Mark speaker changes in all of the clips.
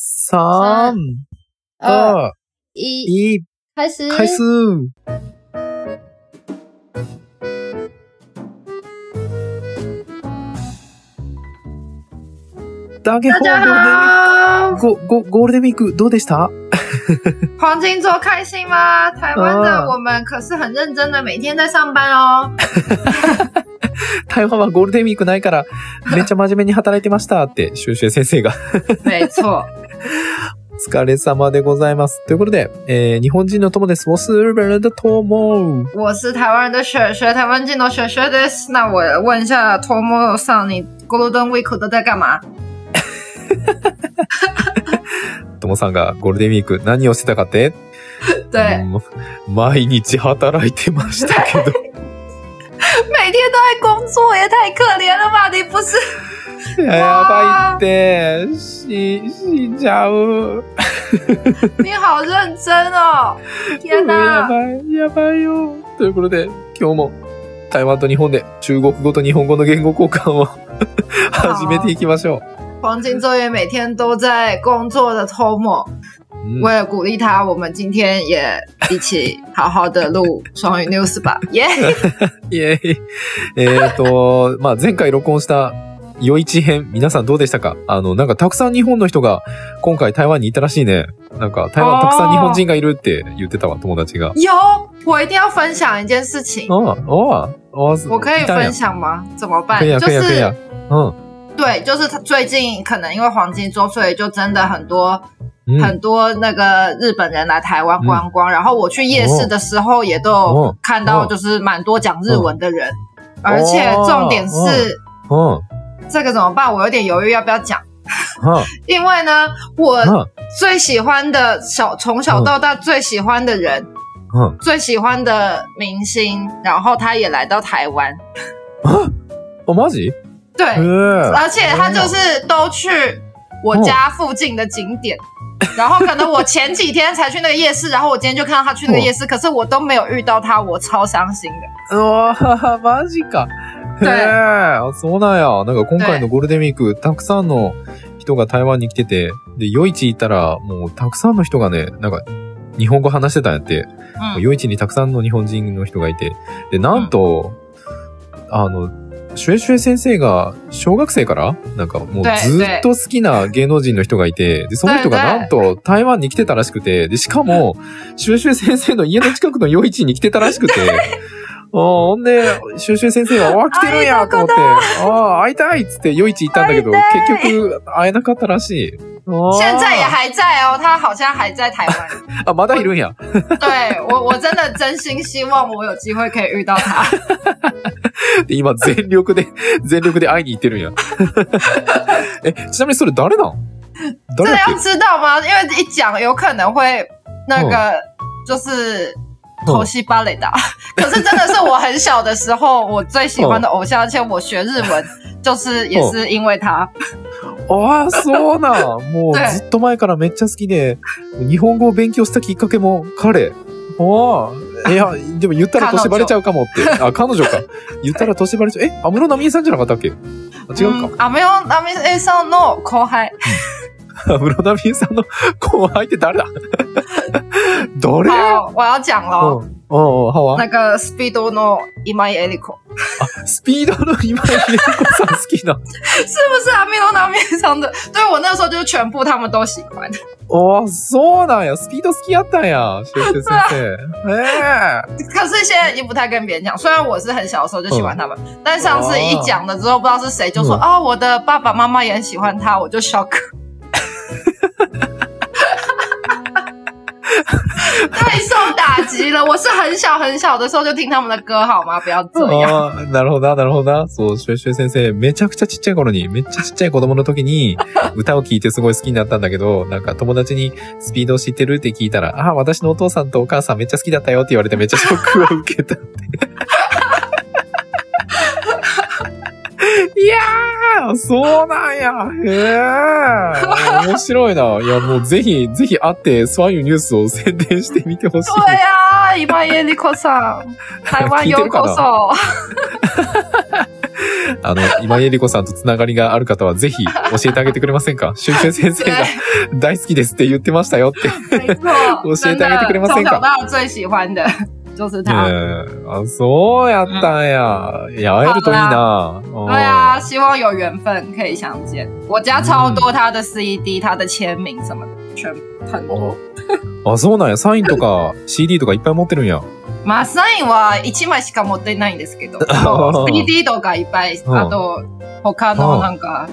Speaker 1: 三、
Speaker 2: 二、
Speaker 1: 二、
Speaker 2: 一，
Speaker 1: 一、
Speaker 2: 开始，
Speaker 1: 哦开始。大家
Speaker 2: 大
Speaker 1: 好ゴールデ
Speaker 2: 家好，
Speaker 1: ンゴゴゴールデンウィークどうでした？
Speaker 2: 黄金周开心吗？台
Speaker 1: 啊
Speaker 2: 湾的我们可是很认真的，每天在上 班哦。
Speaker 1: 台湾はゴールデンウィークないからめっちゃ真面目に働いてましたって修正先生が
Speaker 2: 没错，
Speaker 1: お疲れ様でございます。ということで、えー日本人の友です。我是日本人的友。
Speaker 2: 我是台湾人的雪雪，台湾镜头雪雪的。那我问一下，托莫上你 Golden Week 都在干嘛？
Speaker 1: 友さんがゴールデンウィーク何をしてたかって
Speaker 2: 对，
Speaker 1: うん毎日働いてましたけど。
Speaker 2: 每天都在工作，也太可怜了吧！你不是
Speaker 1: やばいって、死、死んじゃう。
Speaker 2: 你好认真哦！天
Speaker 1: や
Speaker 2: 哪，
Speaker 1: ばい、やばいよ。ということで、今日も台湾と日本で中国語と日本語の言語交換を 始めていきましょ
Speaker 2: 黄金周也每天都在工作的托莫。
Speaker 1: う。うん
Speaker 2: 为了鼓励他，我们今天也一起好好的录双语 news 吧，耶、
Speaker 1: イエーイ。えっと、 まあ、前回録音した余市編、皆さんどうでしたかあの、なんかたくさん日本の人が今回台湾に行ったらしいね。なんか台湾たくさん日本人がいるって言ってたわ、友達が。
Speaker 2: 有，我一定要分享一件事情，
Speaker 1: ああ、ああ、ああ、
Speaker 2: 我可以
Speaker 1: いたんや
Speaker 2: 分享吗？怎么办？
Speaker 1: 可以啊，
Speaker 2: 就
Speaker 1: 可以啊，可以啊
Speaker 2: 是。
Speaker 1: うん。
Speaker 2: 对，就是他最近可能因为黄金周，所以就真的很多、
Speaker 1: うん
Speaker 2: 很多那个日本人来台湾观
Speaker 1: 嗯
Speaker 2: 光。然后我去夜市的时候，也都有看到
Speaker 1: 哦
Speaker 2: 就是蛮多讲日文的人，而且重点是、
Speaker 1: 哦うん。は
Speaker 2: 这个怎么办？我有点犹豫要不要讲，
Speaker 1: あ、
Speaker 2: 因为呢，我
Speaker 1: は
Speaker 2: 最喜欢的小从小到大最喜欢的人、
Speaker 1: あ、うん。
Speaker 2: 最喜欢的明星，然后他也来到台湾，
Speaker 1: あ、マジへ
Speaker 2: 对，
Speaker 1: え。う
Speaker 2: 而且他就是都去我家附近的景点。然后可能我前几天才去那个夜市，然后我今天就看到他去那个夜市，可是我都没有遇到他，我超伤心的。
Speaker 1: わ、マジか。へえ。あ、そうなんや。なんか今回のゴールデンウィーク、たくさんの人が台湾に来てて、で、夜市行ったら、もうたくさんの人がね、なんか、日本語話してたんやって。
Speaker 2: 嗯，
Speaker 1: 夜市にたくさんの日本人の人がいて。で、なんと、あの、シュエシュエ先生が小学生からなんかもう
Speaker 2: 对
Speaker 1: ずっと好きな芸能人の人がいて、で、その人がなんと台湾に来てたらしくて、で、しかも、シュエシュエ先生の家の近くの夜市に来てたらしくて、あーほんで、シュエシュエ先生が、わあ、来てるんやと思って、ああ、会いたいっつって夜市行ったんだけど、
Speaker 2: 会いたい
Speaker 1: 結局会えなかったらしい。あー
Speaker 2: 现在也还在哦，他好像还在台湾。
Speaker 1: あ、まだいるんや。
Speaker 2: 对我，我真的真心希望我有机会可以遇到他。
Speaker 1: で、今全力で、 全力で会いに行ってるんや。 え、ちなみにそれ誰なん
Speaker 2: 真
Speaker 1: 誰
Speaker 2: 的
Speaker 1: だっ
Speaker 2: 要
Speaker 1: け
Speaker 2: 知道吗？因为一讲有可能会那个就是头西芭蕾的啊， 可是真的是我很小的时候我最喜欢的偶像，而且我学日文就是也是因为他。
Speaker 1: ああ、そうなん。もう
Speaker 2: ね
Speaker 1: ずっと前からめっちゃ好きで、日本語を勉強したきっかけも彼。ああ。い や、でも言ったら年バレちゃうかもって。あ、彼女か。言ったら年バレちゃう。え、安室奈美恵さんじゃなかったっけあ違うか。
Speaker 2: 嗯啊，没有，那没 A 上 no 口嗨，
Speaker 1: 安室奈美恵さんの後輩って誰だ 誰
Speaker 2: 好，我要讲
Speaker 1: うん。
Speaker 2: 喽。
Speaker 1: うんうん、ハワ
Speaker 2: 那个 Speedo no Imai Eliko
Speaker 1: スピードの今井玲子さん好きな。
Speaker 2: 是不是阿米罗那面上的？对我那时候就是全部他们都喜欢。
Speaker 1: おー、そうなんや。スピード好きやったんや。シュウシュウ先生。え
Speaker 2: 可是现在已经不太跟别人讲，虽然我是很小的时候就喜欢他们，但上次一讲了之后，不知道是谁就说、
Speaker 1: 嗯
Speaker 2: 哦，我的爸爸妈妈也很喜欢他，我就 shock。太受打击了！我是很小很小的时候就听他们的歌，好吗？不要这
Speaker 1: え
Speaker 2: 样。
Speaker 1: あーなるほどな、なるほどな。そう、シュウシュウ先生、めちゃくちゃちっちゃい頃に、めっちゃちっちゃい子供の時に、歌を聴いてすごい好きになったんだけど、なんか友達にスピードを知ってるって聞いたら、あー、私のお父さんとお母さんめっちゃ好きだったよって言われてめっちゃショックを受けたって。 いやー、そうなんや。へえ。面白いな。いや、もうぜひ、ぜひ会って、スワンユニュースを宣伝してみてほしい。
Speaker 2: 对啊呀、一般耶利口上，台湾有口手，
Speaker 1: あの、今井絵理子さんとつながりがある方はぜひ教えてあげてくれませ んかシュウシュウ先生が大好きですって言ってましたよって。
Speaker 2: 没错，
Speaker 1: 教え
Speaker 2: 真
Speaker 1: てあげて
Speaker 2: 的
Speaker 1: くれませ
Speaker 2: 从
Speaker 1: んか
Speaker 2: 小到大最喜欢的就是
Speaker 1: ねえ
Speaker 2: 他。
Speaker 1: あ、そうやったんや。いや、会えるといいな。うん
Speaker 2: 对啊，希望有缘分可以相见。我家超多他的
Speaker 1: 嗯
Speaker 2: CD、他的签名什么的，全部很多。
Speaker 1: ああ、そうなんや。サインとか CD とかいっぱい持ってるんや。
Speaker 2: まあ、サインは1枚しか持ってないんで すけど、CD とかいっぱい、
Speaker 1: 哦うん
Speaker 2: あと、他のなんか、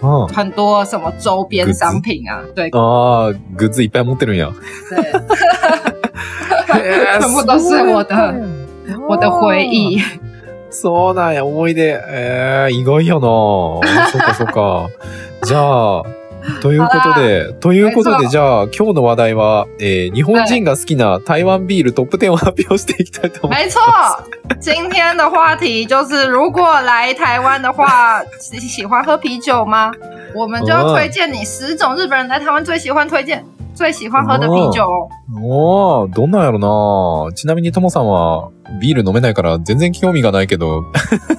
Speaker 1: うん
Speaker 2: 很多什么周边商品啊、
Speaker 1: 哦
Speaker 2: 对
Speaker 1: ああ、グッズいっぱい持ってるん や。
Speaker 2: 对，
Speaker 1: 全
Speaker 2: 全部都是我的我的回忆。
Speaker 1: 哦そうなんや、思い出。えー、意外 やなあそっかそっか。じゃあ、ということで、ということ
Speaker 2: はい
Speaker 1: で、じゃあ、今日の話題は、えー日本人が好きな台湾ビールトップ10を発表していきたいと思います。
Speaker 2: 没错。今天的话题就是，如果来台湾的话，喜喜欢喝啤酒吗？我们就
Speaker 1: 哦
Speaker 2: 要推荐你十种日本人来台湾最喜欢推荐、最喜欢喝的啤酒哦。
Speaker 1: おー、どんなんやろなちなみにともさんは、ビール飲めないから全然興味がないけど、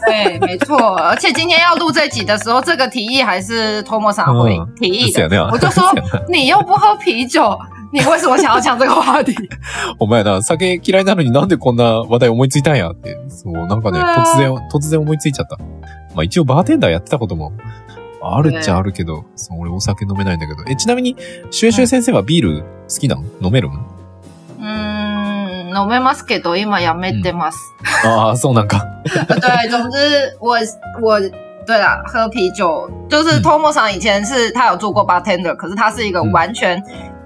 Speaker 2: 对，没错。而且今天要录这集的时候，这个提议还是托莫桑会
Speaker 1: 嗯
Speaker 2: 提议
Speaker 1: です
Speaker 2: 的。
Speaker 1: よね。
Speaker 2: 我就说，你又不喝啤酒，你为什么想要讲这个话题？
Speaker 1: お前な、酒嫌いなのになんでこんな話題思いついたんやって。そう、なんかね、
Speaker 2: うわ
Speaker 1: 突然、突然思いついちゃった。まあ一応バーテンダーやってたことも、あるっちゃあるけど、そう、俺お酒飲めないんだけど。え、ちなみに、シュエシュエ先生はビール好きなの飲めるの
Speaker 2: 嗯，飲めますけど、今やめてます。
Speaker 1: ああ、そうなんか。
Speaker 2: 对，总之我我对啦，喝啤酒就是
Speaker 1: 嗯
Speaker 2: Tomo 上以前是他有做过 bartender，可是他是一个
Speaker 1: 嗯
Speaker 2: 完全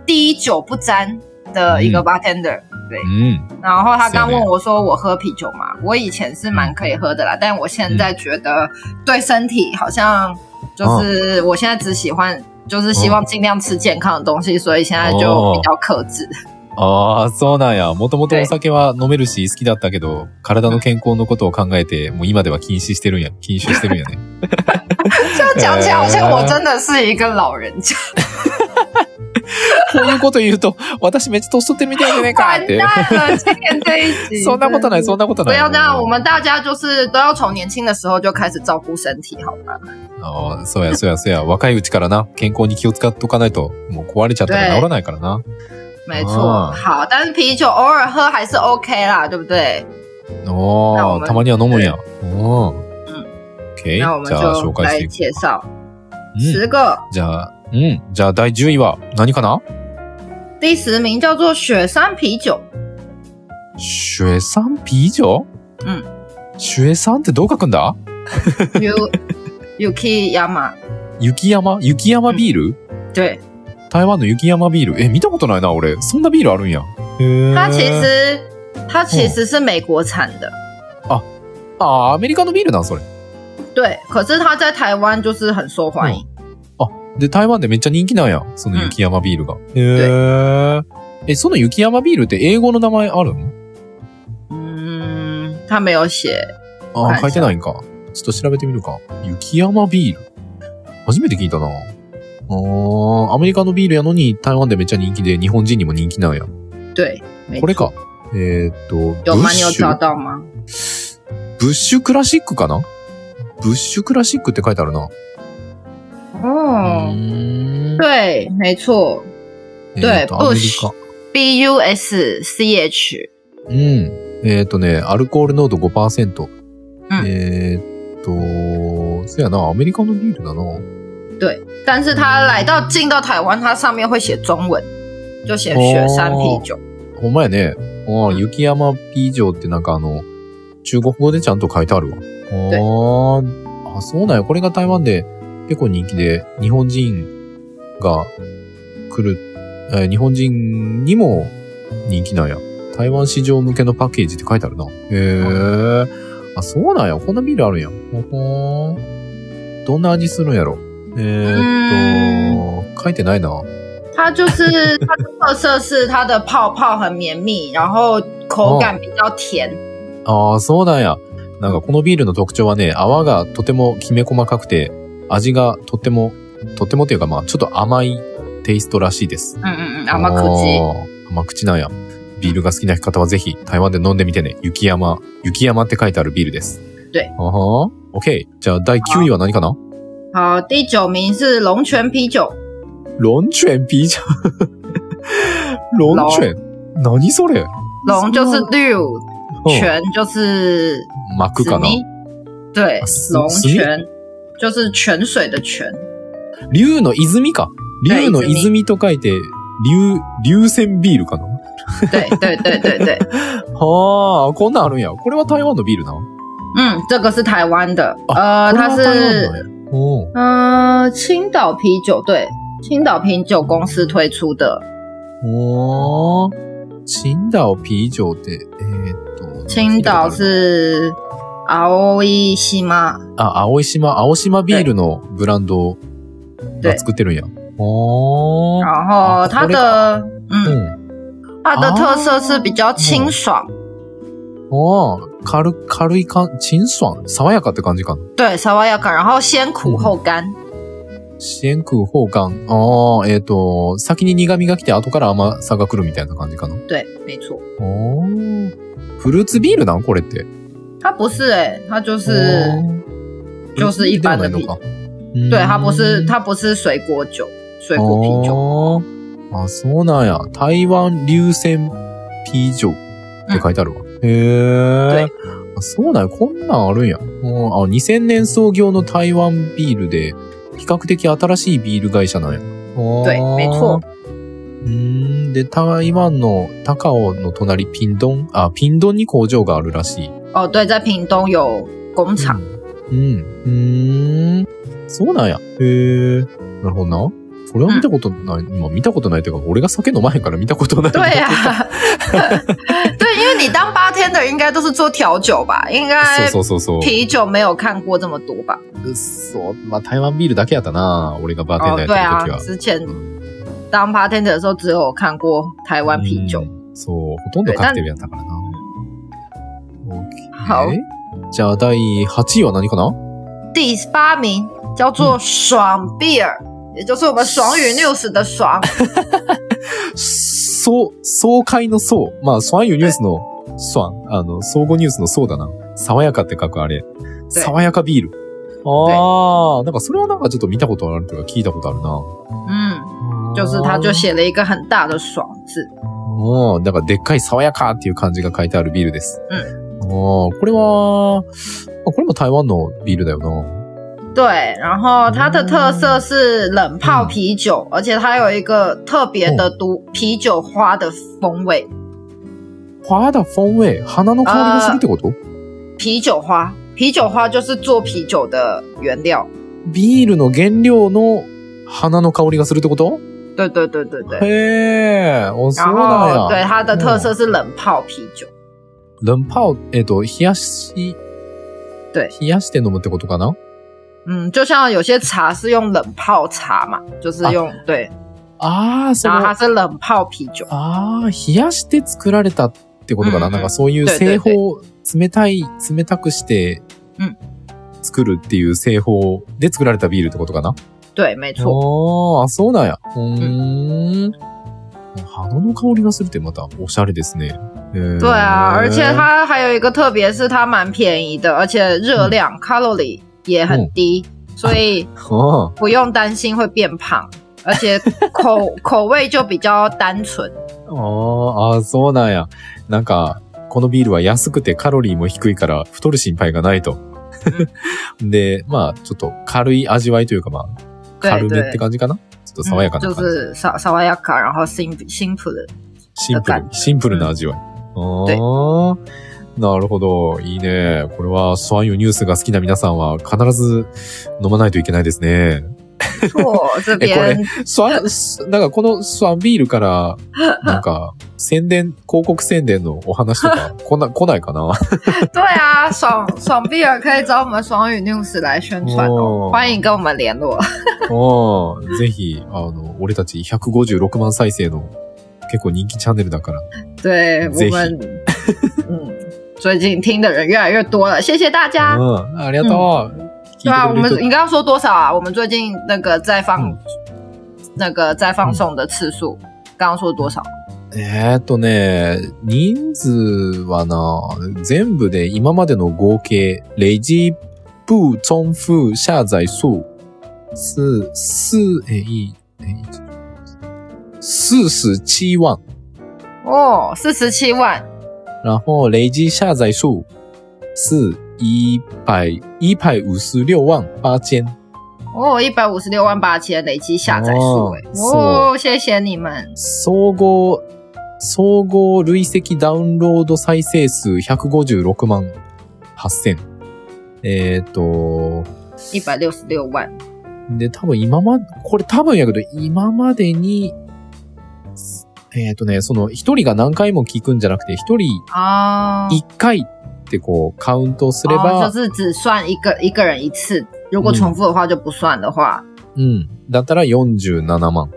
Speaker 2: 滴酒不沾的一个
Speaker 1: 嗯
Speaker 2: bartender。
Speaker 1: うん。
Speaker 2: 然后他刚
Speaker 1: 是啊
Speaker 2: 问我说：“我喝啤酒吗？”我以前是嗯蛮可以喝的啦，但我现在觉得对身体好像就是我现在只喜欢。就是希望尽量吃健康的东西，所以现在就比较克 制。
Speaker 1: ああ、そうなんや。もともとお酒は飲めるし好きだったけど、体の健康のことを考えて、もう今では禁止してるんや、禁酒してるんやね。
Speaker 2: 就讲起来好像我真的是一个老人家，
Speaker 1: こういうこと言うと、私めっちゃ年取ってるみたいじゃねえ か
Speaker 2: 完
Speaker 1: って。
Speaker 2: 蛋了！今天这一集，
Speaker 1: そんなことない、そんなこと
Speaker 2: 不
Speaker 1: ない。
Speaker 2: 要这啊样，我们大家就是都要从年轻的时候就开始照顾身体，好吗？
Speaker 1: ああ、そうや、そうや、そうや。若いうちからな、健康に気を使っておかないと、もう壊れちゃったら
Speaker 2: 对
Speaker 1: 治らないからな。
Speaker 2: 没错，
Speaker 1: 啊
Speaker 2: 好，但是啤酒偶尔喝还是 OK 啦，对不对？那
Speaker 1: お
Speaker 2: 我
Speaker 1: お、
Speaker 2: 们
Speaker 1: たまには飲むんや。おお。OK。じ
Speaker 2: 那我们
Speaker 1: ゃあ、紹
Speaker 2: 就
Speaker 1: 介し
Speaker 2: 来
Speaker 1: てい
Speaker 2: 介
Speaker 1: く。
Speaker 2: 绍
Speaker 1: うん
Speaker 2: 十个，
Speaker 1: じゃあ、うん。じゃあ、第10位は何かな
Speaker 2: 第十名叫做雪山啤 酒，
Speaker 1: シュエさんピージョ
Speaker 2: うん。
Speaker 1: シュエさんってどう書くんだ
Speaker 2: U Yuki Yama，
Speaker 1: 雪山雪山ビール
Speaker 2: 对，
Speaker 1: 台湾の雪山ビール。え、見たことないな、俺。そんなビールあるんや。へえ
Speaker 2: 它其实它其实是美国产的，
Speaker 1: あー、アメリカのビールなん、それ。
Speaker 2: 对，可是它在台湾就是很受欢迎。
Speaker 1: で、台湾でめっちゃ人気なんや。その雪山ビールが。へえ。え、その雪山ビールって英語の名前あるの
Speaker 2: 嗯，它没有写，
Speaker 1: あ
Speaker 2: は
Speaker 1: あ、
Speaker 2: い
Speaker 1: 書いてないんか。ちょっと調べてみるか。雪山ビール。初めて聞いたな。あーアメリカのビールやのに台湾でめっちゃ人気で日本人にも人気なんや。
Speaker 2: 对，没
Speaker 1: これ
Speaker 2: 错。
Speaker 1: か。えーっと、ブ
Speaker 2: 有
Speaker 1: ッ
Speaker 2: 吗？你有
Speaker 1: シ
Speaker 2: 找
Speaker 1: ュ、
Speaker 2: 到吗？
Speaker 1: ブッシュクラシックかなブッシュクラシックって書いてあるな。
Speaker 2: 哦。
Speaker 1: うーん
Speaker 2: 对，没错
Speaker 1: えーっと、
Speaker 2: ブ
Speaker 1: ア
Speaker 2: ッ
Speaker 1: メリ
Speaker 2: シュ
Speaker 1: カ。
Speaker 2: ，B U S C H，
Speaker 1: うん。えーっ、とね、アルコール濃度5%。
Speaker 2: うん
Speaker 1: えーっと、そやな、アメリカのビールだな。
Speaker 2: 对。但是它来到进到台湾，它上面会写中文，就写雪山啤酒。
Speaker 1: ほんまやね。ああ、雪山ピージョーってなんかあの、中国語でちゃんと書いてあるわ。ああ、あ、そうなんや。これが台湾で結構人気で、日本人が来る、えー日本人にも人気なんや。台湾市場向けのパッケージって書いてあるな。へえ。あ、そうなんや。こんなビールあるんや。ほほーん。どんな味するんやろ。えー、っと、書いてないな。
Speaker 2: 它就是它的特色是它的泡泡很绵密，然后口感比较甜。
Speaker 1: 哦ああ、そうなんや。なんかこのビールの特徴はね、泡がとてもきめ細かくて、味がとても、とてもというかまあ、ちょっと甘いテイストらしいです。
Speaker 2: 嗯嗯嗯，阿玛可基。
Speaker 1: あー甘口なんや。ビールが好きな方はぜひ台湾で飲んでみてね。雪山、雪山って書いてあるビールです。
Speaker 2: 对
Speaker 1: あはー OK。じゃあ、第9位は何かな
Speaker 2: 好，第九名是龙泉啤酒，
Speaker 1: 龙泉啤酒。 龙泉何それ
Speaker 2: 龙就是六，
Speaker 1: うん
Speaker 2: 泉就是
Speaker 1: 巻く
Speaker 2: 紫
Speaker 1: かな
Speaker 2: 泥，对
Speaker 1: 啊，紫
Speaker 2: 龙
Speaker 1: 紫泥
Speaker 2: 泉就是泉水的 泉，
Speaker 1: 竜の泉か。
Speaker 2: はい
Speaker 1: 竜の泉と書いて、竜、竜泉ビールかな
Speaker 2: 对对对对对，
Speaker 1: はあ、こんなんあるんや。これは台湾のビールな。
Speaker 2: 嗯，这个是台湾的，
Speaker 1: あ
Speaker 2: 呃，
Speaker 1: これ
Speaker 2: 它
Speaker 1: は台湾
Speaker 2: 是
Speaker 1: なんや。おう
Speaker 2: 呃青岛啤酒，对，青岛啤酒公司推出的
Speaker 1: おー。青島啤酒って、えーっと。
Speaker 2: 青岛是 ROE 西吗？
Speaker 1: あ、青島、青島ビールのブランドが作ってるんや。おー。
Speaker 2: 然后它的
Speaker 1: う
Speaker 2: 嗯，
Speaker 1: ん。
Speaker 2: 它的特色是比较清爽，
Speaker 1: おー。軽、軽い感、清爽、爽やかって感じかな。
Speaker 2: 对，稍微要感，然后先苦后甘，
Speaker 1: 先空砲感。ああ、えっ、と、先に苦味が来て後から甘さが来るみたいな感じかな。
Speaker 2: 对，没错。
Speaker 1: おー。フルーツビールなんこれって。
Speaker 2: 它不是哎、它就是
Speaker 1: おー
Speaker 2: 就是一般的啤酒
Speaker 1: フルーツビールではないのか。
Speaker 2: 对，它不是
Speaker 1: うん
Speaker 2: 它不是水果酒，水果啤酒。
Speaker 1: あーあ、そうなんや。台湾流泉啤酒って書いてあるわ。へえ
Speaker 2: 对。
Speaker 1: あそうなんや。こんなんあるんや。うんあ、2000年創業の台湾ビールで、比較的新しいビール会社なんや。
Speaker 2: 对
Speaker 1: 对
Speaker 2: 没错。
Speaker 1: うーん。で、台湾の高尾の隣、ピンドン、あ、ピンドンに工場があるらしい。
Speaker 2: 哦，对，在屏东有工厂。
Speaker 1: うん。うん。うーん。そうなんや。へえ。なるほどな。これは見たことない。今見たことないというか、俺が酒飲まへんから見たことない。
Speaker 2: 对呀、啊，对，因为你当八天的应该都是做调酒吧，应 该
Speaker 1: そうそうそう
Speaker 2: 啤酒没有看过这么多吧？
Speaker 1: そう。そう。まあ、台湾ビールだけやったな。俺がバー
Speaker 2: 哦
Speaker 1: テン，ダー
Speaker 2: 对
Speaker 1: やった
Speaker 2: 啊
Speaker 1: 時，は。
Speaker 2: 之前
Speaker 1: うん
Speaker 2: 当八天的时候只有看过台湾啤酒
Speaker 1: う。んそう。ほとんどカクテルやったからな。
Speaker 2: 好
Speaker 1: OK。じゃあ、第8位は何かな
Speaker 2: 第八名叫做爽 beer，、也就是我们嗯爽语 news 的爽。
Speaker 1: そう、爽快の爽。まあ、ソワンユニュースのソワン。あの、総合ニュースのそうだな。爽やかって書くあれ。爽やかビール。ああ、なんかそれはなんかちょっと見たことあるというか聞いたことあるな。
Speaker 2: 嗯，就是他就写了一个很大的爽字。
Speaker 1: うん、なんかでっかい爽やかっていう漢字が書いてあるビールです。
Speaker 2: うん
Speaker 1: あーこれは、あこれも台湾のビールだよな。
Speaker 2: 对，然后它的特色是冷泡啤酒，而且它有一个特别的独啤酒花的风味，
Speaker 1: 花だフォンウェイ。花の香りがするってこと
Speaker 2: 啤酒花。啤酒花就是做啤酒的原料。
Speaker 1: ビールの原料の花の香りがするってこと
Speaker 2: 对对对对对。
Speaker 1: へえ、お、そう
Speaker 2: 然
Speaker 1: なん
Speaker 2: 后
Speaker 1: や。
Speaker 2: 对它的特色是冷泡啤酒。
Speaker 1: 冷泡、えっ、と、冷やし、
Speaker 2: 对
Speaker 1: 冷やして飲むってことかな
Speaker 2: 嗯，就像有些茶是用冷泡茶嘛，就是用、对，
Speaker 1: ああ、そ
Speaker 2: 然后
Speaker 1: の、
Speaker 2: 它
Speaker 1: あ
Speaker 2: 啊是冷泡啤酒。
Speaker 1: あー、冷やして作られたってことかな、
Speaker 2: うん
Speaker 1: なんかそういう
Speaker 2: 对对
Speaker 1: 製法、冷たい、冷たくして
Speaker 2: うん、
Speaker 1: 作るっていう製法で作られたビールってことかな
Speaker 2: 对，没错。
Speaker 1: ああ、そうなんや。うーん。花の香りがするってまたおしゃれですね。へー
Speaker 2: 对啊，而且它还有一个特别是它蛮便宜的，而且热量、calorie 也很低，所以
Speaker 1: は
Speaker 2: 不用担心会变胖，而且口 口味就比较单纯。
Speaker 1: ああーあー、そうなんや。なんか、このビールは安くてカロリーも低いから太る心配がないと。 で、まあ、ちょっと軽い味わいというか、まあ、
Speaker 2: 对
Speaker 1: 軽めっ
Speaker 2: 对
Speaker 1: て，感じかなちょっと爽やか
Speaker 2: 嗯
Speaker 1: な
Speaker 2: 就
Speaker 1: 感じ。
Speaker 2: 是稍稍微要卡，然后辛辛苦 的。
Speaker 1: シンプル
Speaker 2: 感、
Speaker 1: シンプルな味わい。
Speaker 2: 对
Speaker 1: ああ、なるほど。いいね。これは、ソワンユニュースが好きな皆さんは必ず饮まないといけないですね。
Speaker 2: 错，这边
Speaker 1: スワン、すなんかこのスワンビールから、なんか、宣伝、広告宣伝のお話と か、こんな、来ないかな
Speaker 2: 对啊，爽爽碧尔可以找我们爽语 news 来宣传
Speaker 1: 哦
Speaker 2: 哦，欢迎跟我们联络。
Speaker 1: うん。ぜひ、あの、俺たち156万再生の、結構人気チャンネルだから。
Speaker 2: 对
Speaker 1: ぜひ
Speaker 2: 我们，嗯，最近听的人越来越多了，谢谢大家。
Speaker 1: うん。ありがとう。
Speaker 2: 对啊，我
Speaker 1: 聞いて
Speaker 2: 们
Speaker 1: くれる
Speaker 2: 你刚刚说多少啊？我们最近那个在放、
Speaker 1: 嗯
Speaker 2: 那个在放送的次数，刚刚说多少？
Speaker 1: 人えーっとね、人数はな、全部で今までの合計、レジ部中副下载数是四诶一诶四十七万，
Speaker 2: 哦，四十七万，
Speaker 1: 然后累计下载数是一百一百五十六万八千。
Speaker 2: 哦，一百五十六万八千累积下载数，哎，
Speaker 1: 哦
Speaker 2: 哦，谢谢你们。
Speaker 1: 総合、総合累積ダウンロード再生数156万8000。えっ、と、
Speaker 2: 一百六十六万，
Speaker 1: で、多分今ま、これ多分やけど、今までに、えっ、とね、その、一人が何回も聞くんじゃなくて、一人
Speaker 2: 啊，
Speaker 1: 一回ってこう、カウントすれ
Speaker 2: 哦，
Speaker 1: ば、
Speaker 2: 就是只算一个一个人一次，如
Speaker 1: 嗯
Speaker 2: 果重复的话就不算的话，
Speaker 1: うん。だったら47万。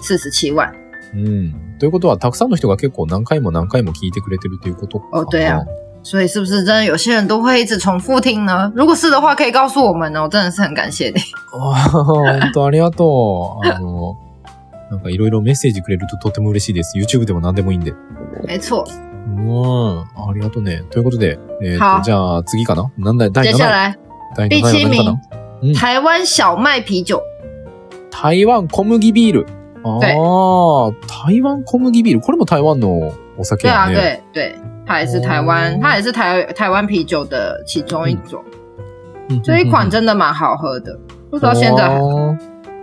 Speaker 2: 四十七万。
Speaker 1: うん。ということは、たくさんの人が結構何回も何回も聞いてくれてるということかな。
Speaker 2: 哦对啊所以是不是真的有些人都会一直重复听呢？如果是的话，可以告诉我们哦，真的是很感谢 你。
Speaker 1: あー本当ありがとう。あの、なんかいろいろメッセージくれるととても嬉しいです。YouTube でも何でもいいんで。う
Speaker 2: 没错，
Speaker 1: ん、ありがとうね。ということで、えっ、
Speaker 2: は
Speaker 1: と、じゃあ次かななんだ、第
Speaker 2: 接
Speaker 1: 7
Speaker 2: 下
Speaker 1: 位。第
Speaker 2: 来
Speaker 1: 7
Speaker 2: 第
Speaker 1: 位は
Speaker 2: 七
Speaker 1: 何か
Speaker 2: 名
Speaker 1: な嗯，
Speaker 2: 台湾小麦啤酒，
Speaker 1: 台湾小麦ビール。ああ、台湾小麦ビール。これも台湾のお酒
Speaker 2: 对
Speaker 1: や
Speaker 2: 啊，
Speaker 1: ね。
Speaker 2: 对对，它也是台湾
Speaker 1: 哦，
Speaker 2: 它也是台台湾啤酒的其中一种。
Speaker 1: うん
Speaker 2: 这一款真的蛮好喝的，不知道现在还，
Speaker 1: あー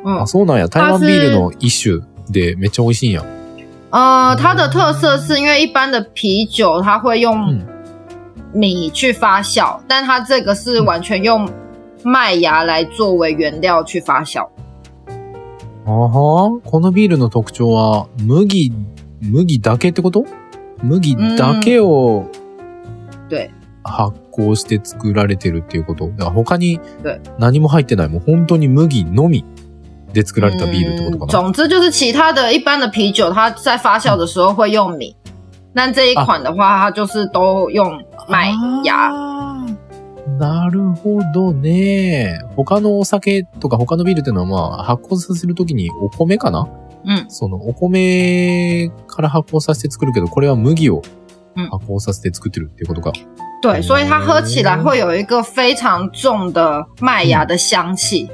Speaker 2: 嗯
Speaker 1: あ、そうなんや。台湾ビールの一種でめっちゃ美味しいんや。
Speaker 2: 呃，它的特色是因为一般的啤酒它会用
Speaker 1: 嗯
Speaker 2: 米去发酵，但它这个是完全用麦芽来作为原料去发酵。
Speaker 1: あはこのビールの特徴は、麦、麦だけってこと麦だけを、
Speaker 2: 对
Speaker 1: 発酵して作られてるっていうこと。だから他に
Speaker 2: 对
Speaker 1: 何も入ってない。もう本当に麦のみで作られたビールってことかな。
Speaker 2: 嗯总之就是其他的一般的啤酒，它在发酵的时候会用米，但这一款的话，它就是都用麦芽。
Speaker 1: あーなるほどね。他のお酒とか他のビールっていうのはまあ発酵させるときにお米かな
Speaker 2: 嗯
Speaker 1: そのお米から発酵させて作るけど、これは麦を発酵させて作ってるっていうことか。
Speaker 2: 对，所以它喝起来会有一个非常重的麦芽的香气。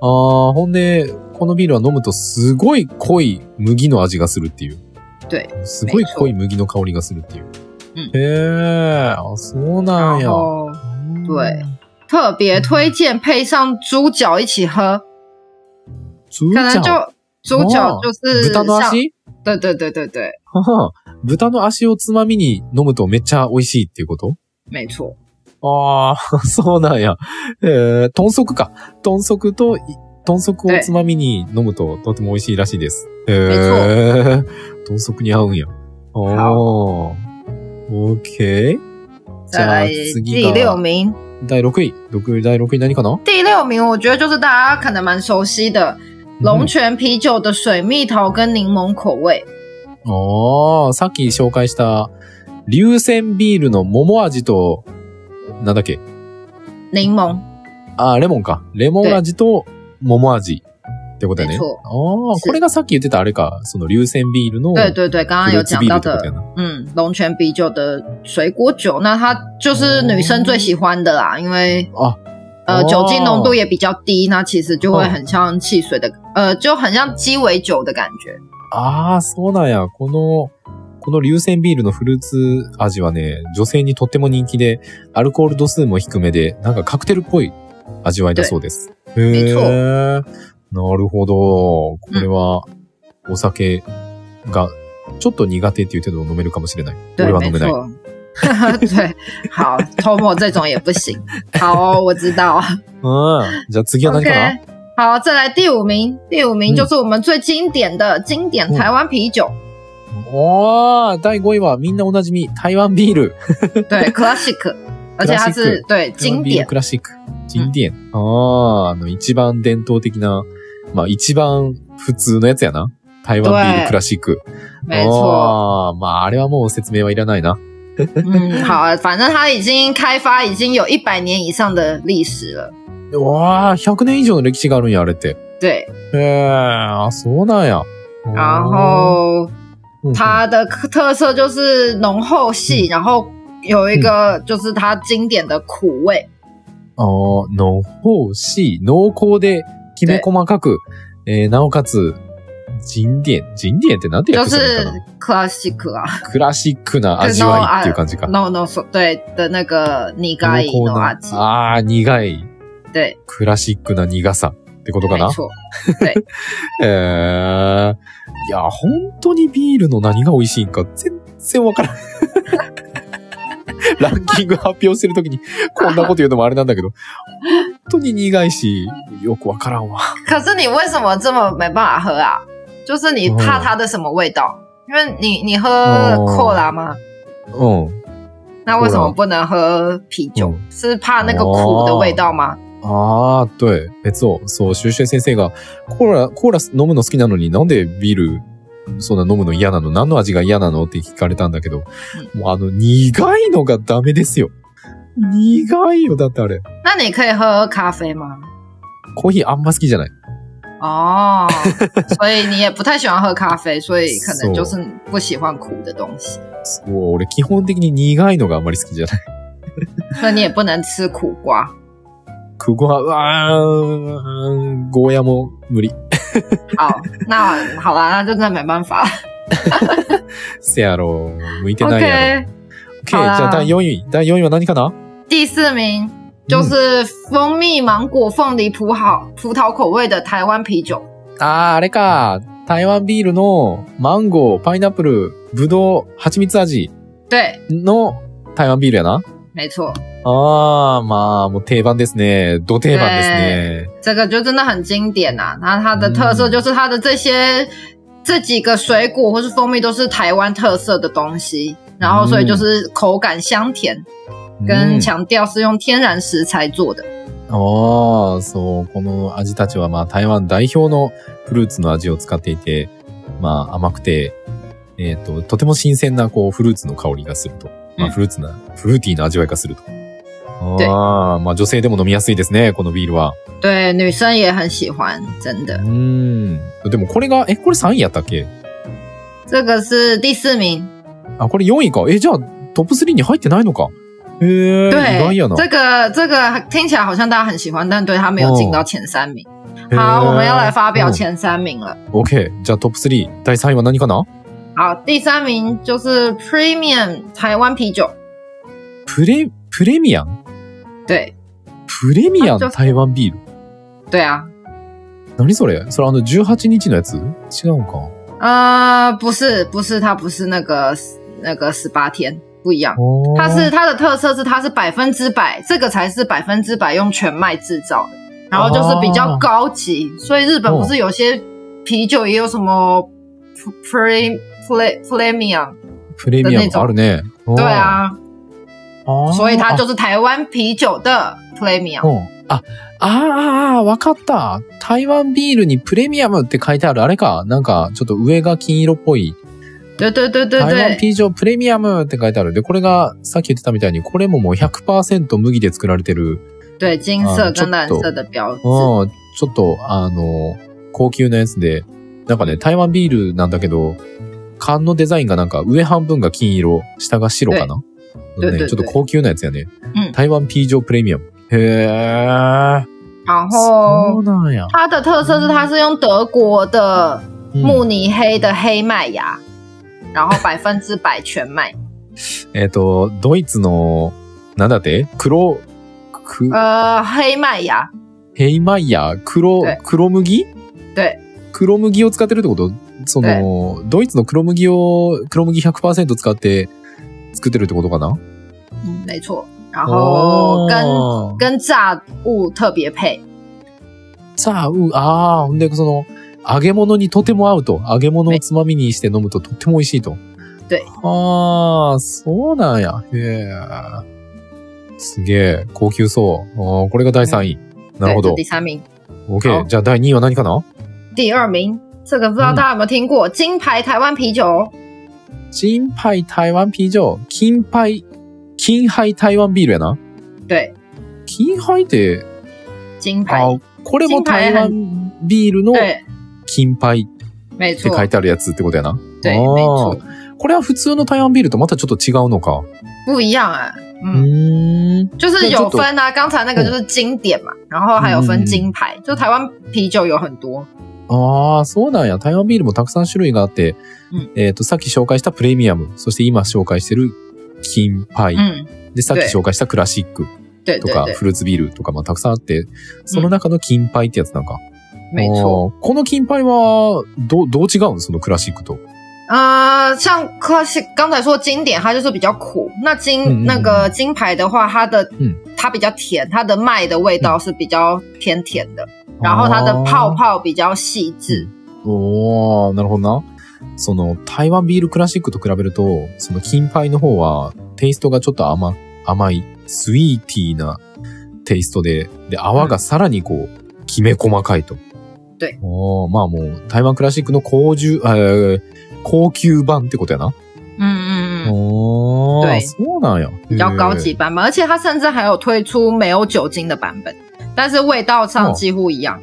Speaker 1: ああ、ほんで、このビールは飲むとすごい濃い麦の味がするっていう。
Speaker 2: 对
Speaker 1: すごい濃い麦の香りがするっていう。
Speaker 2: う
Speaker 1: へえ、あ、そうなん
Speaker 2: 然
Speaker 1: や。
Speaker 2: 后
Speaker 1: うん
Speaker 2: 对特别推荐配上猪脚一起喝，
Speaker 1: 猪
Speaker 2: 可能
Speaker 1: 脚哦
Speaker 2: 就猪脚就是
Speaker 1: 豚の
Speaker 2: 像，
Speaker 1: 足
Speaker 2: 对对对对对，
Speaker 1: はは 豚の足をつまみに飲むとめっちゃ美味しいっていうこと
Speaker 2: 没错，
Speaker 1: ああ、そうなんや。えー、豚足か。豚足とい、豚足をつまみに飲むととても美味しいらしいです。えー、豚足に合うんや。おー。OK。じ
Speaker 2: 再
Speaker 1: ゃあ
Speaker 2: 来
Speaker 1: 次
Speaker 2: 第六
Speaker 1: が、
Speaker 2: 名。
Speaker 1: 第6位。六位第6位何かな
Speaker 2: 第六名，我觉得就是大家可能蛮熟悉
Speaker 1: 嗯
Speaker 2: 的龙泉啤酒的水蜜桃跟柠檬口味。
Speaker 1: おー、さっき紹介した、流泉ビールの桃味と、なんだっけ
Speaker 2: 柠檬，
Speaker 1: 哦あー、レモンか。レモン味と桃味ってことや
Speaker 2: 没
Speaker 1: ね。
Speaker 2: 错
Speaker 1: あ。あ、
Speaker 2: 是
Speaker 1: これがさっき言ってたあれか、その流泉ビールのフル
Speaker 2: 对对对，刚刚有
Speaker 1: ーツ
Speaker 2: 讲
Speaker 1: ビー
Speaker 2: 到
Speaker 1: ルってこと
Speaker 2: 的
Speaker 1: や，な。
Speaker 2: 嗯，龙泉啤酒的水果酒，那它就是女生最喜欢的啦，因为
Speaker 1: 啊，
Speaker 2: 呃，
Speaker 1: 哦
Speaker 2: 酒精浓度也比较低，那其实就会很像汽水的，呃，就很像鸡尾酒的感觉。
Speaker 1: ああ、そうなんや。この、この流泉ビールのフルーツ味はね、女性にとっても人気で、アルコール度数も低めで、なんかカクテルっぽい味わいだそうです。へ
Speaker 2: 没
Speaker 1: え。
Speaker 2: 错
Speaker 1: なるほど。これは、お酒が、ちょっと苦手っていう程度飲めるかもしれない。
Speaker 2: 对
Speaker 1: 俺，は
Speaker 2: 没
Speaker 1: 飲めない。
Speaker 2: 错。 对，好，偷摸这种也不行。好、哦，我知道。
Speaker 1: うん。じゃあ次は何かな
Speaker 2: OK，好，再来第五名，第五名
Speaker 1: 嗯
Speaker 2: 就是我们最经典的、经典台湾啤酒，
Speaker 1: おー、第5位はみんなおなじみ、台湾ビール。
Speaker 2: 对，classic，而且它是对
Speaker 1: 嗯台湾
Speaker 2: 经
Speaker 1: ビール
Speaker 2: 典，
Speaker 1: クラシック。经典。あー、あの、一番伝統的な、まあ一番普通のやつやな。台湾ビールクラシック。
Speaker 2: 没错。
Speaker 1: あーまああれはもう説明はいらないな。
Speaker 2: 嗯，好，反正它已经开发已经有一百年以上的历史了。
Speaker 1: わー、100年以上の歴史があるんや、あれって。
Speaker 2: 对，
Speaker 1: へー、あ、そうなんや。
Speaker 2: 然后
Speaker 1: 哦うんうん、嗯
Speaker 2: 它的特色就是浓厚系，然后有一个就是它经典的苦味，
Speaker 1: 哦、の方し、濃厚で、きめ細かく、えーなおかつ、人典、人典ってなんて
Speaker 2: 就
Speaker 1: 訳する
Speaker 2: 是
Speaker 1: のか
Speaker 2: classic 啊
Speaker 1: なクラシックな味わいっていう感じか。
Speaker 2: ，no no so 对的那个尼
Speaker 1: 濃
Speaker 2: 嘎伊诺阿基
Speaker 1: 厚，な、あー、苦い、
Speaker 2: 对，
Speaker 1: クラシックな苦さってことか
Speaker 2: 没
Speaker 1: な
Speaker 2: 错，
Speaker 1: えー、いや、本当にビールの何が美味しいんか全然わからん。ランキング発表してるときに、こんなこと言うのもあれなんだけど、本当に苦いし、よくわからんわ。
Speaker 2: 可是你为什么这么没办法喝啊？就是你怕
Speaker 1: 哦
Speaker 2: 它的什么味道？因为你你喝
Speaker 1: 哦
Speaker 2: cola 吗？
Speaker 1: うん。
Speaker 2: 那为什么
Speaker 1: cola
Speaker 2: 不能喝啤酒
Speaker 1: 嗯？
Speaker 2: 是怕那个苦的味道吗？
Speaker 1: あー、对。え、そう、そう、シュウシュウ先生が、コーラ、コーラ飲むの好きなのになんでビール、そんな飲むの嫌なの何の味が嫌なのって聞かれたんだけど、もうあの、苦いのがダメですよ。苦いよ、だってあれ。
Speaker 2: 那你可以喝咖啡吗？
Speaker 1: コーヒーあんま好きじゃない。
Speaker 2: 哦，所以你也不太喜欢喝咖啡，所以可能
Speaker 1: そう
Speaker 2: 就是不喜欢苦的东西，
Speaker 1: そう、俺基本的に苦いのがあんまり好きじゃない。
Speaker 2: 所以你也不能吃苦瓜。
Speaker 1: クゴは、うわーん、ゴーヤも無理。
Speaker 2: 好，那好啦，那就真的没办法。
Speaker 1: せやろ、向いてないやろ。
Speaker 2: OK，
Speaker 1: OK、じゃあ第4位。第4位は何かな
Speaker 2: 第四名就是蜂蜜芒果凤梨葡萄葡萄口味的台湾啤酒。
Speaker 1: あー、あれか。台湾ビールのマンゴー、パイナップル、ブドウ、蜂蜜味
Speaker 2: 对，
Speaker 1: の台湾ビールやな。
Speaker 2: 没错，
Speaker 1: あー、まあ、もう定番ですね。ど定番ですね。
Speaker 2: 这个就真的很经典呐、啊。然后它的特色就是它的这些、这几个水果或是蜂蜜都是台湾特色的东西，然后所以就是口感香甜，
Speaker 1: う
Speaker 2: 跟
Speaker 1: ん
Speaker 2: 强调是用天然食材做的。
Speaker 1: ああ、そう、この味たちは、まあ、台湾代表のフルーツの味を使っていて、まあ、甘くて、えっ、と、とても新鮮な、こう、フルーツの香りがすると。ま
Speaker 2: う
Speaker 1: あ、
Speaker 2: ん
Speaker 1: フルーツな、フルーティーな味わいがすると。ああ、まあ、女性でも飲みやすいですね、このビールは。
Speaker 2: 对，女生也很喜欢，真
Speaker 1: う
Speaker 2: 的。
Speaker 1: ーん。でも、これが、え、これ3位やったっけ
Speaker 2: 这个是第四名，
Speaker 1: あ、これ4位か。え、じゃあ、トップ3に入ってないのか。へえ、意外
Speaker 2: 对
Speaker 1: や，な。
Speaker 2: 这个这个听起来好像大家很喜欢，但对它没有进到前三名。
Speaker 1: 啊
Speaker 2: 好，我们要来发表前三名了。
Speaker 1: オッケー。じゃあ、トップ3。第3位は何かな
Speaker 2: 好，第三名就是 Premium 台湾啤酒，
Speaker 1: プレ、プレミアン
Speaker 2: 对
Speaker 1: プレミアン
Speaker 2: あちょ
Speaker 1: 台湾ビール
Speaker 2: 对啊，
Speaker 1: 何それそれあの18日のやつ違うんか
Speaker 2: 呃，不是不是，它不是那个那个十八天不一样，它是它的特色是它是百分之百，这个才是百分之百用全麦制造的，然后就是比较
Speaker 1: 哦
Speaker 2: 高级，所以日本不是有些啤酒也有什么 Pre Pre Premium
Speaker 1: プレミア
Speaker 2: 那
Speaker 1: ム
Speaker 2: 种
Speaker 1: あるね。
Speaker 2: 对啊，
Speaker 1: あー。
Speaker 2: 所以它就是台湾啤酒的 Premium，
Speaker 1: うんあ、あーあー、わかった。台湾ビールにプレミアムって書いてある。あれか。なんか、ちょっと上が金色っぽい。
Speaker 2: 对对对对
Speaker 1: 台湾
Speaker 2: 对。
Speaker 1: ピージョプレミアムって書いてある。で、これが、さっき言ってたみたいに、これももう100%麦で作られてる。
Speaker 2: 对，金色
Speaker 1: 啊哦
Speaker 2: 跟蓝
Speaker 1: ちょっと
Speaker 2: 色的标志。
Speaker 1: うん、ちょっと、あの、高級なやつで、なんかね、台湾ビールなんだけど、缶のデザインがなんか上半分が金色、下が白かな、
Speaker 2: 对
Speaker 1: ね、
Speaker 2: 对
Speaker 1: ちょっと
Speaker 2: 对
Speaker 1: 高級なやつやね。
Speaker 2: うん
Speaker 1: 台湾ピージョプレミアム。へー。
Speaker 2: 然
Speaker 1: そ
Speaker 2: 后
Speaker 1: うなんや。
Speaker 2: 它的特色是它是用德国的慕
Speaker 1: うん
Speaker 2: 尼黑的黑麦芽，然后百分之百全麦。
Speaker 1: えっ、と、ドイツの、なんだって黒、く、
Speaker 2: 呃，黑麦芽，
Speaker 1: ヘイマイヤー、黒
Speaker 2: 对、
Speaker 1: 黒麦
Speaker 2: 对
Speaker 1: 黒麦を使ってるってことその、ドイツの黒麦を、黒麦100%使って作ってるってことかな
Speaker 2: 嗯，哦没错。然后跟、
Speaker 1: おー
Speaker 2: 跟炸物特别配，
Speaker 1: さあ、う、ああ、ほんで、その、揚げ物にとても合うと。揚げ物をつまみにして飲むととっても美味しいと。
Speaker 2: 对
Speaker 1: ああ、そうなんや。へえ。すげえ、高級そう。あーこれが第3位。なるほ
Speaker 2: 对，这
Speaker 1: ど
Speaker 2: 第。三名。
Speaker 1: OK。じゃあ第2位は何かな
Speaker 2: 第二名，这个不知道大家有没有听过、金牌台湾啤酒哦，
Speaker 1: 金牌台湾啤酒。金牌、金牌台湾ビールやな。
Speaker 2: 对，
Speaker 1: 金牌って、
Speaker 2: 金牌，
Speaker 1: あ、これも台湾ビールの
Speaker 2: 对，
Speaker 1: 金牌っ
Speaker 2: 没
Speaker 1: て
Speaker 2: 错，
Speaker 1: 書いてあるやつってことやな。
Speaker 2: 对，
Speaker 1: 哦
Speaker 2: 没错，
Speaker 1: これは普通の台湾ビールとまたちょっと違うのか。
Speaker 2: 不一样啊，嗯，
Speaker 1: 嗯，
Speaker 2: 就是嗯有
Speaker 1: 那
Speaker 2: 分啊。刚才那个就是经典嘛，然后还有分金牌，就台湾啤酒有很多，
Speaker 1: ああ、そうなんや。台湾ビールもたくさん種類があって、
Speaker 2: うん
Speaker 1: えっ、と、さっき紹介したプレミアム、そして今紹介してる金牌、
Speaker 2: 嗯，
Speaker 1: で、さっき紹介したクラシック
Speaker 2: 对
Speaker 1: と
Speaker 2: 对
Speaker 1: か、
Speaker 2: 对，
Speaker 1: フルーツビールとか、まあ、たくさんあって、その中の金牌ってやつなんか。
Speaker 2: 没错。
Speaker 1: あーこの金牌は、どう、どう違うのそのクラシックと。
Speaker 2: 啊，像 classic 刚才说经典，它就是比较苦。那金、
Speaker 1: 嗯嗯嗯
Speaker 2: 那个金牌的话，它的
Speaker 1: 嗯
Speaker 2: 它比较甜，它的麦的味道是比较偏甜
Speaker 1: 哦
Speaker 2: 的，然后它的泡泡比较细致。
Speaker 1: おー、なるほどな。その、台湾ビールクラシックと比べると、その金牌の方は、テイストがちょっと甘、甘い、スイーティーなテイストで、で、泡がさらにこう、きめ細かいと。
Speaker 2: 对
Speaker 1: おー、まあもう、台湾クラシックの高級、えー高級版ってことやな。
Speaker 2: 嗯嗯
Speaker 1: 哦
Speaker 2: 嗯，
Speaker 1: お
Speaker 2: 对
Speaker 1: ー、そうなんや。
Speaker 2: 比较高级版本，而且它甚至还有推出没有酒精的版本，但是味道上
Speaker 1: 哦
Speaker 2: 几乎一样。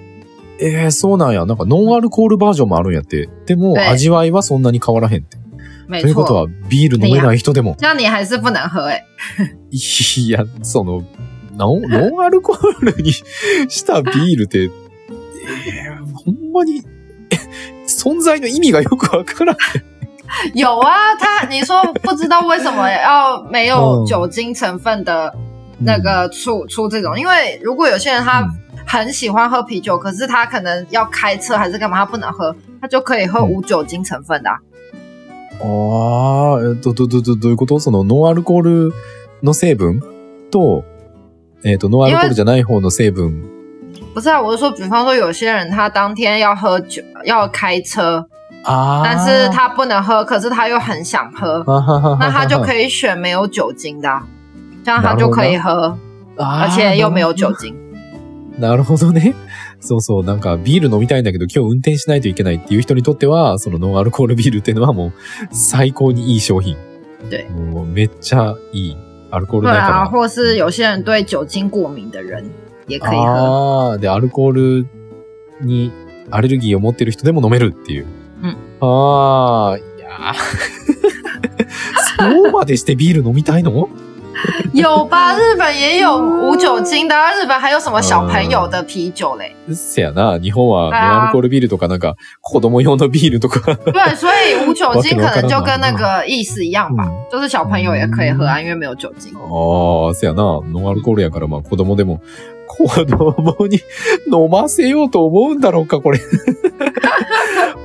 Speaker 1: えー。えー、そうなんや。なんかノンアルコールバージョンもあるんやって。でも、
Speaker 2: 对
Speaker 1: 味わいはそんなに変わらへんって。
Speaker 2: 没
Speaker 1: ということ
Speaker 2: 错，
Speaker 1: は、ビール飲めない人でも、
Speaker 2: 这样你还是不能喝哎、
Speaker 1: いや、その、 ノンノンアルコールにしたビールって、えーほんまに、え存在の意味がよくわからん。
Speaker 2: 有啊，它你说不知道为什么要没
Speaker 1: 哦
Speaker 2: 有酒精成分的
Speaker 1: 嗯
Speaker 2: 那个出、出这种，因为如果有些人他很喜欢喝啤酒，可是他可能要开车还是干嘛，他不能喝，他就可以喝无酒精成分的、啊。
Speaker 1: ああ、えっと、ど、ど、ど、どういうことその、ノンアルコールの成分と、えっ、と、ノンアルコールじゃない方の成分。
Speaker 2: 不是啊，我是说，比方说有些人他当天要喝酒要开车，
Speaker 1: ああ。
Speaker 2: 但是他不能喝，可是他又很 想喝，
Speaker 1: ははははは、
Speaker 2: 那他就可
Speaker 1: 以、
Speaker 2: 以选没有酒精的啊、这样他就可以喝，而
Speaker 1: 而
Speaker 2: 且又没有酒精。
Speaker 1: なるほどね。そうそう。なんか、ビール飲みたいんだけど、今日運転しないといけないっていう人にとっては、そのノンアルコールビールっていうのはもう、最高にいい商品。
Speaker 2: 对
Speaker 1: もう、めっちゃいい。アルコール
Speaker 2: 对
Speaker 1: ないから。
Speaker 2: 啊，或是有些人对酒精过敏的人也可以喝。
Speaker 1: ああ、で、アルコールにアレルギーを持ってる人でも飲めるっていう。
Speaker 2: うん
Speaker 1: ああ、いやーそうまでしてビール飲みたいの
Speaker 2: 有吧？日本也有无酒精的、啊，日本还有什么小朋友的啤酒嘞？
Speaker 1: せやな。日本はノ
Speaker 2: あー
Speaker 1: ンアルコールビールとかなんか、子供用のビールとか。
Speaker 2: 对，所以无酒精可能就跟那个意思一样吧，就是小朋友也可以喝啊，因为没有酒精。
Speaker 1: ああ、せやな。ノンアルコールやから、まあ子供でも、子供に 飲ませようと思うんだろうか、これ。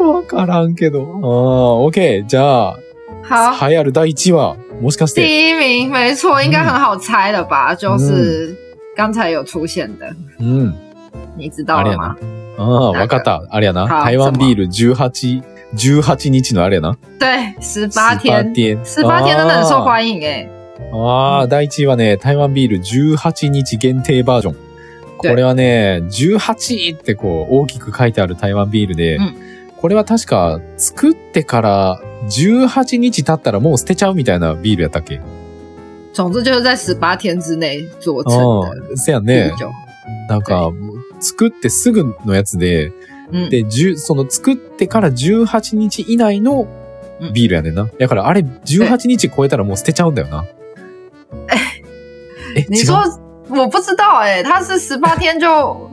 Speaker 1: わからんけど。ああ、OK。じゃあ、
Speaker 2: 好，
Speaker 1: 流行る第1話、もしかして、
Speaker 2: 第一名没错，应该很好猜的吧？就是刚才有出现的，
Speaker 1: うん。
Speaker 2: 你知道了吗？
Speaker 1: ああ、
Speaker 2: な
Speaker 1: わ
Speaker 2: ん
Speaker 1: か
Speaker 2: か
Speaker 1: った。あれやな。
Speaker 2: はい
Speaker 1: 台湾ビール18、18日のあれやな。
Speaker 2: 对，十八天，
Speaker 1: 天。
Speaker 2: 十八天真的很受欢迎哎、
Speaker 1: ああ、第1位はね、台湾ビール18日限定バージョン。これはね、18ってこう、大きく書いてある台湾ビールで、
Speaker 2: うん
Speaker 1: これは確か、作ってから18日経ったらもう捨てちゃうみたいなビールやったっけ
Speaker 2: 总之就是在十八天之内做成的
Speaker 1: うん。せやね
Speaker 2: 啤。酒。
Speaker 1: なんか、作ってすぐのやつで、
Speaker 2: 嗯，
Speaker 1: で、10その作ってから18日以内のビールやねんな。だからあれ18日超えたらもう捨てちゃうんだよな。え、
Speaker 2: 你
Speaker 1: 違う
Speaker 2: 说我不知道哎、他是十八天就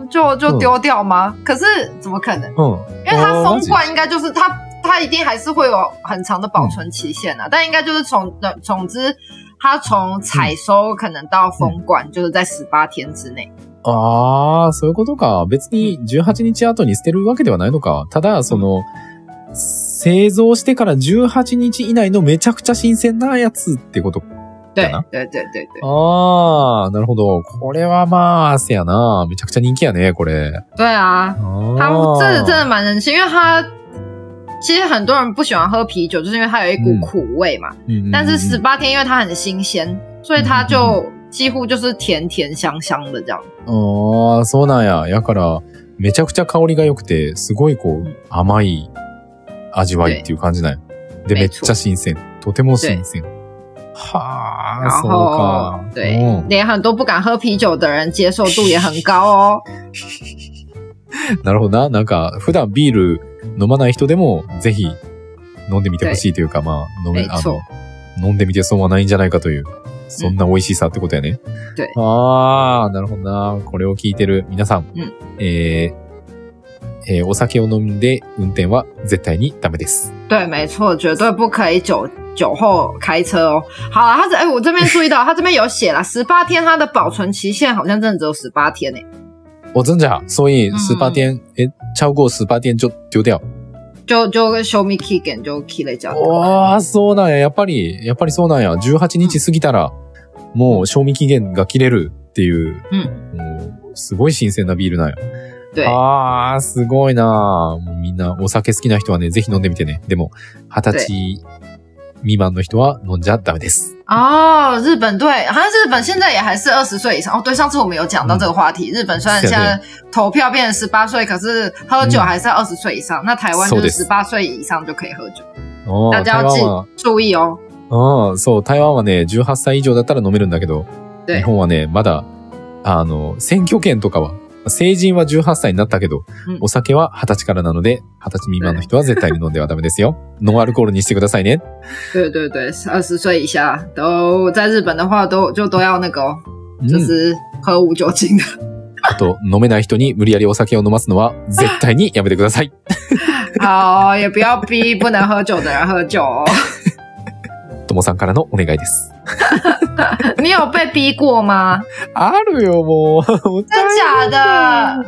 Speaker 2: 就就丢掉吗？可是怎么可能？
Speaker 1: うん。
Speaker 2: 因为它
Speaker 1: あー
Speaker 2: 封
Speaker 1: マジ
Speaker 2: 罐应该就是它它一定还是会有很长的保存期限啊，但应该就是从呃总之。它从采收可能到封罐，就是在十八天之内。
Speaker 1: ああ、そういうことか。別に18日後に捨てるわけではないのか。ただ、その、製造してから18日以内のめちゃくちゃ新鮮なやつってことか。
Speaker 2: 对
Speaker 1: 对啊
Speaker 2: 对对对对
Speaker 1: ああ、なるほど。これはまあ、せやな。めちゃくちゃ人気やね、これ。
Speaker 2: 对
Speaker 1: あ！
Speaker 2: 啊
Speaker 1: ー
Speaker 2: 它这真的蛮人气，因为它其实很多人不喜欢喝啤酒，就是因为它有一股
Speaker 1: 嗯
Speaker 2: 苦味嘛。
Speaker 1: うんうんうん
Speaker 2: 但是十八天，因为它很新鲜，所以它就
Speaker 1: 嗯
Speaker 2: 几乎就是甜甜香香的这样。
Speaker 1: ああ、そうなんや。やから、めちゃくちゃ香りが良くて、すごいこ
Speaker 2: うん
Speaker 1: う、甘い味わいっていう感じなんや。で、
Speaker 2: 没
Speaker 1: めっ
Speaker 2: 错
Speaker 1: ちゃ新鮮。とても新鮮。は
Speaker 2: 然
Speaker 1: あ、そう
Speaker 2: 后
Speaker 1: か。
Speaker 2: 对
Speaker 1: う，ん
Speaker 2: 连很多不敢喝啤酒的人接受度也很高哦。
Speaker 1: なるほどな。なんか、普段ビール飲まない人でも、ぜひ、飲んでみてほしいというか、まあ、飲め、
Speaker 2: 没
Speaker 1: あ
Speaker 2: 错
Speaker 1: の、飲んでみて損はないんじゃないかという。そんな美味しさってことやね。
Speaker 2: 对
Speaker 1: ああ、なるほどな。これを聞いてる皆さん。
Speaker 2: うん
Speaker 1: えーえーお酒を飲んで運転は絶対にダメです。
Speaker 2: 对，没错，绝对不可以酒酒后开车哦。好了，他这哎、我这边注意到，他这边有写了 十八天，它的保存期限好像真的只有十八天呢、
Speaker 1: 我真假？所以
Speaker 2: 嗯
Speaker 1: 十八天，诶、超过十八天就丢掉。
Speaker 2: 就就跟 show me key again 就 key 了一
Speaker 1: 哦
Speaker 2: 下。
Speaker 1: わあ、そうなんや。やっぱり、やっぱりそうなんや。18日過ぎたら、もう賞味期限が切れるっていう、
Speaker 2: うん
Speaker 1: もうすごい新鮮なビールなんや。
Speaker 2: 嗯对，
Speaker 1: ああ、すごいなもうみんな、お酒好きな人はね、ぜひ飲んでみてね。でも、二十歳未満の人は飲んじゃダメです。
Speaker 2: 哦，日本对，好像日本现在也还是二十岁以上。哦，对，上次我们有讲到这个话题，日本虽然
Speaker 1: 是
Speaker 2: 现
Speaker 1: 的
Speaker 2: 在投票变成十八岁，可是喝酒
Speaker 1: 嗯
Speaker 2: 还是要二十岁以上。那台湾
Speaker 1: そう
Speaker 2: 就
Speaker 1: ですす
Speaker 2: 十八岁以上就可以喝酒，
Speaker 1: お
Speaker 2: 大
Speaker 1: ー
Speaker 2: 家
Speaker 1: 台
Speaker 2: 要
Speaker 1: 湾
Speaker 2: 记
Speaker 1: は、
Speaker 2: 注意哦。
Speaker 1: うん、そう、台湾はね、18歳以上だったら飲めるんだけど、
Speaker 2: 对
Speaker 1: 日本はね、まだ、あの、選挙権とかは、成人は18歳になったけど、
Speaker 2: うん
Speaker 1: お酒は20歳からなので、20歳未満の人は絶対に飲んではダメですよ。ノンアルコールにしてくださいね。
Speaker 2: 对对对，二十岁以下都在日本的话都就都要那个、哦，
Speaker 1: う
Speaker 2: 就
Speaker 1: ん、
Speaker 2: 是喝无酒精的。
Speaker 1: あと、飲めない人に無理やりお酒を飲ますのは、絶対にやめてください。
Speaker 2: 好、也不要逼不能喝酒的人喝酒、哦。
Speaker 1: ともさんからのお願いです。
Speaker 2: 你有被逼过吗？
Speaker 1: あるよ、もう。 本
Speaker 2: 真假的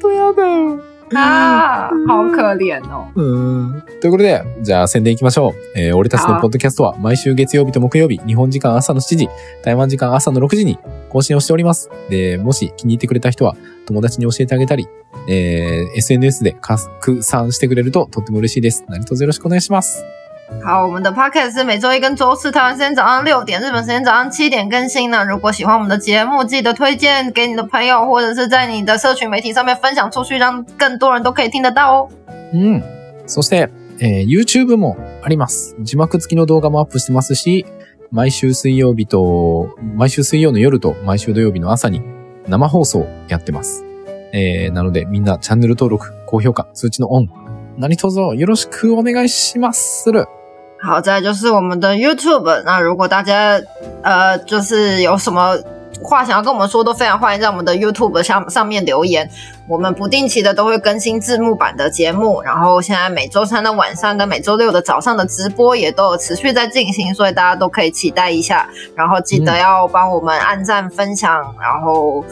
Speaker 1: 当やだよ。
Speaker 2: 啊，好可怜哦。
Speaker 1: うんということで、じゃあ宣伝いきましょう。えー俺たちのポッドキャストは毎週月曜日と木曜日、日本時間朝の7時、台湾時間朝の6時に更新をしております。で、もし気に入ってくれた人は友達に教えてあげたり、えー SNS で拡散してくれるととっても嬉しいです。何卒よろしくお願いします。
Speaker 2: 好，我们的 podcast 是每周一跟周四台湾时间早上六点，日本时间早上七点更新呢。如果喜欢我们的节目，记得推荐给你的朋友，或者是在你的社群媒体上面分享出去，让更多人都可以听得到哦。
Speaker 1: うん。そして、えー YouTube もあります。字幕付きの動画もアップしてますし、毎週水曜日と、毎週水曜の夜と毎週土曜日の朝に生放送やってます。えーなのでみんなチャンネル登録、高評価、通知のオン、何卒よろしくお願いします。する。
Speaker 2: 好，再来就是我们的 YouTube。那如果大家呃，就是有什么话想要跟我们说，都非常欢迎在我们的 YouTube 上上面留言。我们不定期的都会更新字幕版的节目，然后现在每周三的晚上跟每周六的早上的直播也都有持续在进行，所以大家都可以期待一下。然后记得
Speaker 1: 嗯
Speaker 2: 要帮我们按赞、分享，然后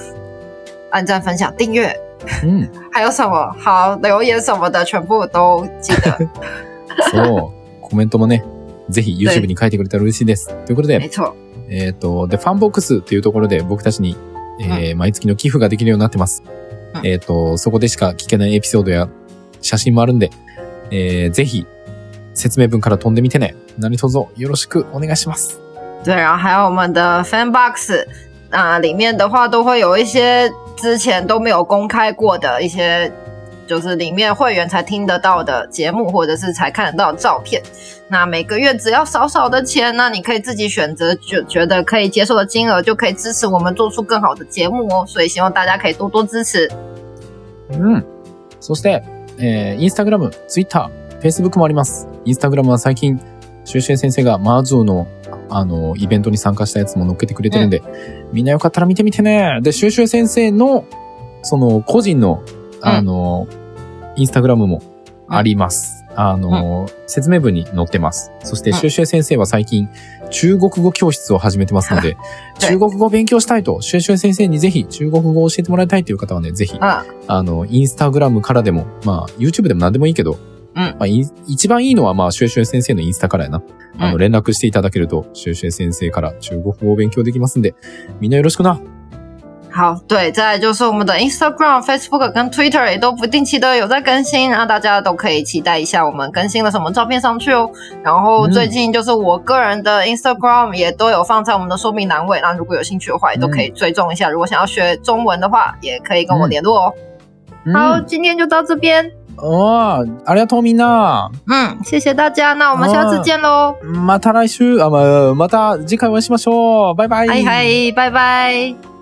Speaker 2: 按赞、分享、订阅，
Speaker 1: うん。
Speaker 2: 还有什么好留言什么的，全部都记得。
Speaker 1: そう。コメントもね、ぜひ YouTube に書いてくれたら嬉しいです。ということで
Speaker 2: 没、错，
Speaker 1: えっ、と、で、ファンボックスっていうところで僕たちに、えー毎月の寄付ができるようになってます。
Speaker 2: うん
Speaker 1: えっ、と、そこでしか聞けないエピソードや写真もあるんで、えーぜひ、説明文から飛んでみてね。何卒よろしくお願いします。
Speaker 2: 对，然后还有我们的 Fan Box，那、里面的话都会有一些之前都没有公开过的一些，就是里面会员才听得到的节目，或者是才看得到的照片。那每个月只要少少的钱，那你可以自己选择觉觉得可以接受的金额，就可以支持我们做出更好的节目哦。所以希望大家可以多多支持。
Speaker 1: うん。そして、えー、インスタグラム、ツイッター、フェイスブックもあります。インスタグラムは最近、修正先生がマーズーの、あの、イベントに参加したやつも載っけてくれてるんで、みんなよかったら見てみてね。で、修正先生の、その、個人の、あの、インスタグラムもあります。あの、説明文に載ってます。そして、
Speaker 2: うん
Speaker 1: 修正先生は最近、中国語教室を始めてますので、
Speaker 2: はい
Speaker 1: 中国語を勉強したいと、修正先生にぜひ中国語を教えてもらいたいという方はね、ぜひ、
Speaker 2: 嗯，
Speaker 1: あの、インスタグラムからでも、まあ、YouTube でも何でもいいけど、
Speaker 2: うん
Speaker 1: まあ、イン一番いいのは、まあ、シュエシュエ先生のインスタからやな。あ
Speaker 2: う
Speaker 1: の、
Speaker 2: ん
Speaker 1: 連絡していただけると、シュエシュエ先生から中国語を勉強できますんで、みんなよろしくな。
Speaker 2: 好，对，再来就是我们的 Instagram、Facebook 跟 Twitter 也都不定期的有在更新，那大家都可以期待一下我们更新了什么照片上去哦。然后
Speaker 1: 嗯
Speaker 2: 最近就是我个人的 Instagram 也都有放在我们的说明栏位，那如果有兴趣的话，也都可以追踪一下。如果想要学中文的话，也可以跟我联络哦。
Speaker 1: う
Speaker 2: 好，
Speaker 1: ん。
Speaker 2: 今天就到这边，
Speaker 1: あーありがとうみんな。
Speaker 2: 嗯，谢谢大家，那我们下次见喽，
Speaker 1: 哎また来週、あ、まあ、また次回お会いしましょう。バイバイ。
Speaker 2: 嗨嗨，拜拜。